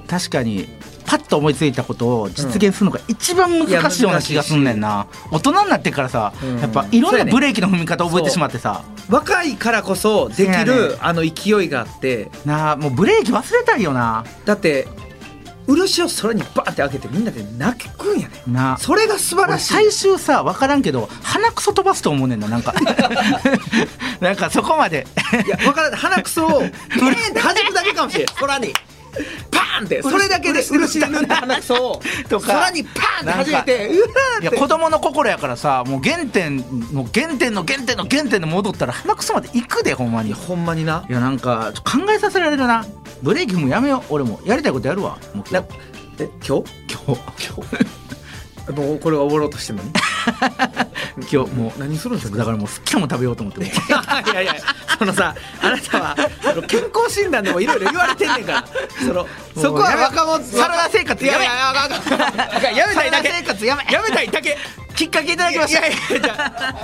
[SPEAKER 2] 確かにパッと思いついたことを実現するのが一番難しいような気がすんねんな大人になってからさ、
[SPEAKER 3] うん
[SPEAKER 2] やっぱいろん
[SPEAKER 3] そうや
[SPEAKER 2] な
[SPEAKER 3] ね
[SPEAKER 2] ブレーキの踏み方覚えてしまってさ、
[SPEAKER 3] 若いからこそでき
[SPEAKER 2] そうやね
[SPEAKER 3] るあの勢いがあって
[SPEAKER 2] なあもうブレーキ忘れたいよな
[SPEAKER 3] だって漆を空にバーって開けてみんなで泣くんやね
[SPEAKER 2] な
[SPEAKER 3] それが素晴ら
[SPEAKER 2] 俺
[SPEAKER 3] し
[SPEAKER 2] 最
[SPEAKER 3] い
[SPEAKER 2] 終さ分からんけど鼻くそ飛ばすと思うねんなな
[SPEAKER 3] [laughs]
[SPEAKER 2] んかなんかそこまで
[SPEAKER 3] いや分からない鼻く
[SPEAKER 2] [laughs]
[SPEAKER 3] そをペーンって弾くだけかもしれん空にパーンってそれだけで漆で塗った鼻くそを
[SPEAKER 2] とか
[SPEAKER 3] 空にパーンって弾いてうわーっ
[SPEAKER 2] なんい
[SPEAKER 3] て
[SPEAKER 2] や子供の心やからさもう原点の原点の原点の原点に戻ったら鼻くそまで行くでほんまに
[SPEAKER 3] ほんまにない
[SPEAKER 2] やなんかちょ考えさせられるなブレーキもやめよう俺もやりたいことやるわもう今
[SPEAKER 3] [laughs] な
[SPEAKER 2] 日
[SPEAKER 3] え今日
[SPEAKER 2] 今
[SPEAKER 3] もうこれは終わろうとしてるの
[SPEAKER 2] [laughs]
[SPEAKER 3] に
[SPEAKER 2] 日今日も
[SPEAKER 3] 何するんです
[SPEAKER 2] う
[SPEAKER 3] か
[SPEAKER 2] だからもう好きなもん食べようと思ってもう
[SPEAKER 3] いやいやそのさあなたはその健康診断でもいろいろ言われてんねんからそのそこは若者
[SPEAKER 2] サラダ生活やめ
[SPEAKER 3] いやいやいやいややめたいだけ
[SPEAKER 2] サラダ生活やめ
[SPEAKER 3] やめたいだけ
[SPEAKER 2] きっかけいただきました
[SPEAKER 3] [laughs] い
[SPEAKER 2] [laughs]
[SPEAKER 3] やいやいや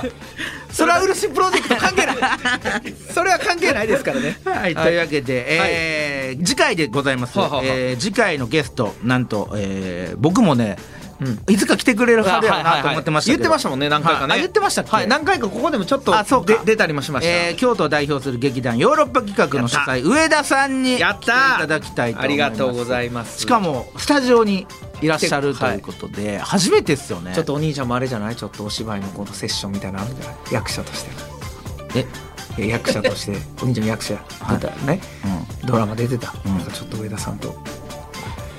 [SPEAKER 3] それは漆プロジェクト関係ないそそれは関係ないですからね
[SPEAKER 2] はい、と
[SPEAKER 3] はい
[SPEAKER 2] いうわけで、えー次回でございます、
[SPEAKER 3] はあはあはあ
[SPEAKER 2] えー次回のゲストなんと、えー僕もね、いつか来てくれるはずや
[SPEAKER 3] はいはいは
[SPEAKER 2] ないと思ってましたけ
[SPEAKER 3] 言って
[SPEAKER 2] ど
[SPEAKER 3] ましたもんね何回かね
[SPEAKER 2] はいあ言ってましたっけ、
[SPEAKER 3] はい何回かここでもちょっと
[SPEAKER 2] あそうか
[SPEAKER 3] で出たりもしました、
[SPEAKER 2] えー京都を代表する劇団ヨーロッパ企画の主催上田さんに
[SPEAKER 3] やった
[SPEAKER 2] 来ていただきたいと思います
[SPEAKER 3] ありがとうございます
[SPEAKER 2] しかもスタジオにいらっしゃる
[SPEAKER 3] 来
[SPEAKER 2] と
[SPEAKER 3] てはい
[SPEAKER 2] いうことで、初めてですよね
[SPEAKER 3] ちょっとお兄ちゃんもあれじゃないちょっとお芝居のこのセッションみたいなのあるんじゃない役者として
[SPEAKER 2] え
[SPEAKER 3] いや役者としてお兄ちゃん役者だったらね、ドラマ出てた、なんかちょっと上田さんと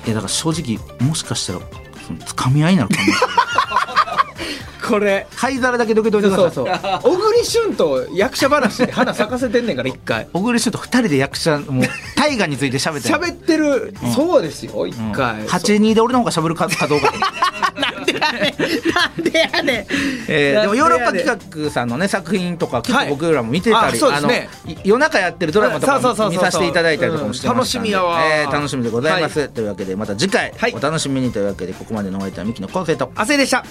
[SPEAKER 2] いやだから正直もしかしたらその掴み合いになるかも
[SPEAKER 3] [laughs]
[SPEAKER 2] しれない
[SPEAKER 3] これ
[SPEAKER 2] 灰皿だけどけといてくださ
[SPEAKER 3] そ
[SPEAKER 2] いう
[SPEAKER 3] そう小栗旬と役者話で花咲かせてんねんから一回
[SPEAKER 2] 小栗旬と二人で役者もう大河について喋って
[SPEAKER 3] 喋ってる、そうですよ一回、
[SPEAKER 2] 八二で俺の方が喋るかかど
[SPEAKER 3] [laughs]
[SPEAKER 2] うか。なんでやねん。なんでやねん。えーでもヨーロッパ企画さんのね作品とか結
[SPEAKER 3] は
[SPEAKER 2] 構
[SPEAKER 3] い
[SPEAKER 2] 僕らも見てた
[SPEAKER 3] あ
[SPEAKER 2] り、
[SPEAKER 3] そうですね
[SPEAKER 2] のい夜中やってるドラマと
[SPEAKER 3] そうそう
[SPEAKER 2] か
[SPEAKER 3] そう
[SPEAKER 2] も
[SPEAKER 3] そう
[SPEAKER 2] 見させていただいたりとかもしてましたんで
[SPEAKER 3] うん楽しみやわ
[SPEAKER 2] えー楽しみでございます、
[SPEAKER 3] は
[SPEAKER 2] というわけでまた次回
[SPEAKER 3] はい
[SPEAKER 2] お楽しみにというわけでここまでのお相手はミキの昴生と
[SPEAKER 3] 汗でした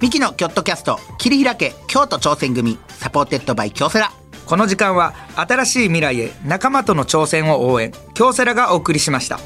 [SPEAKER 4] ミキのキョットキャスト切り開け京都挑戦組サポーテッドバイ京セラ
[SPEAKER 3] この時間は新しい未来へ仲間との挑戦を応援京セラがお送りしました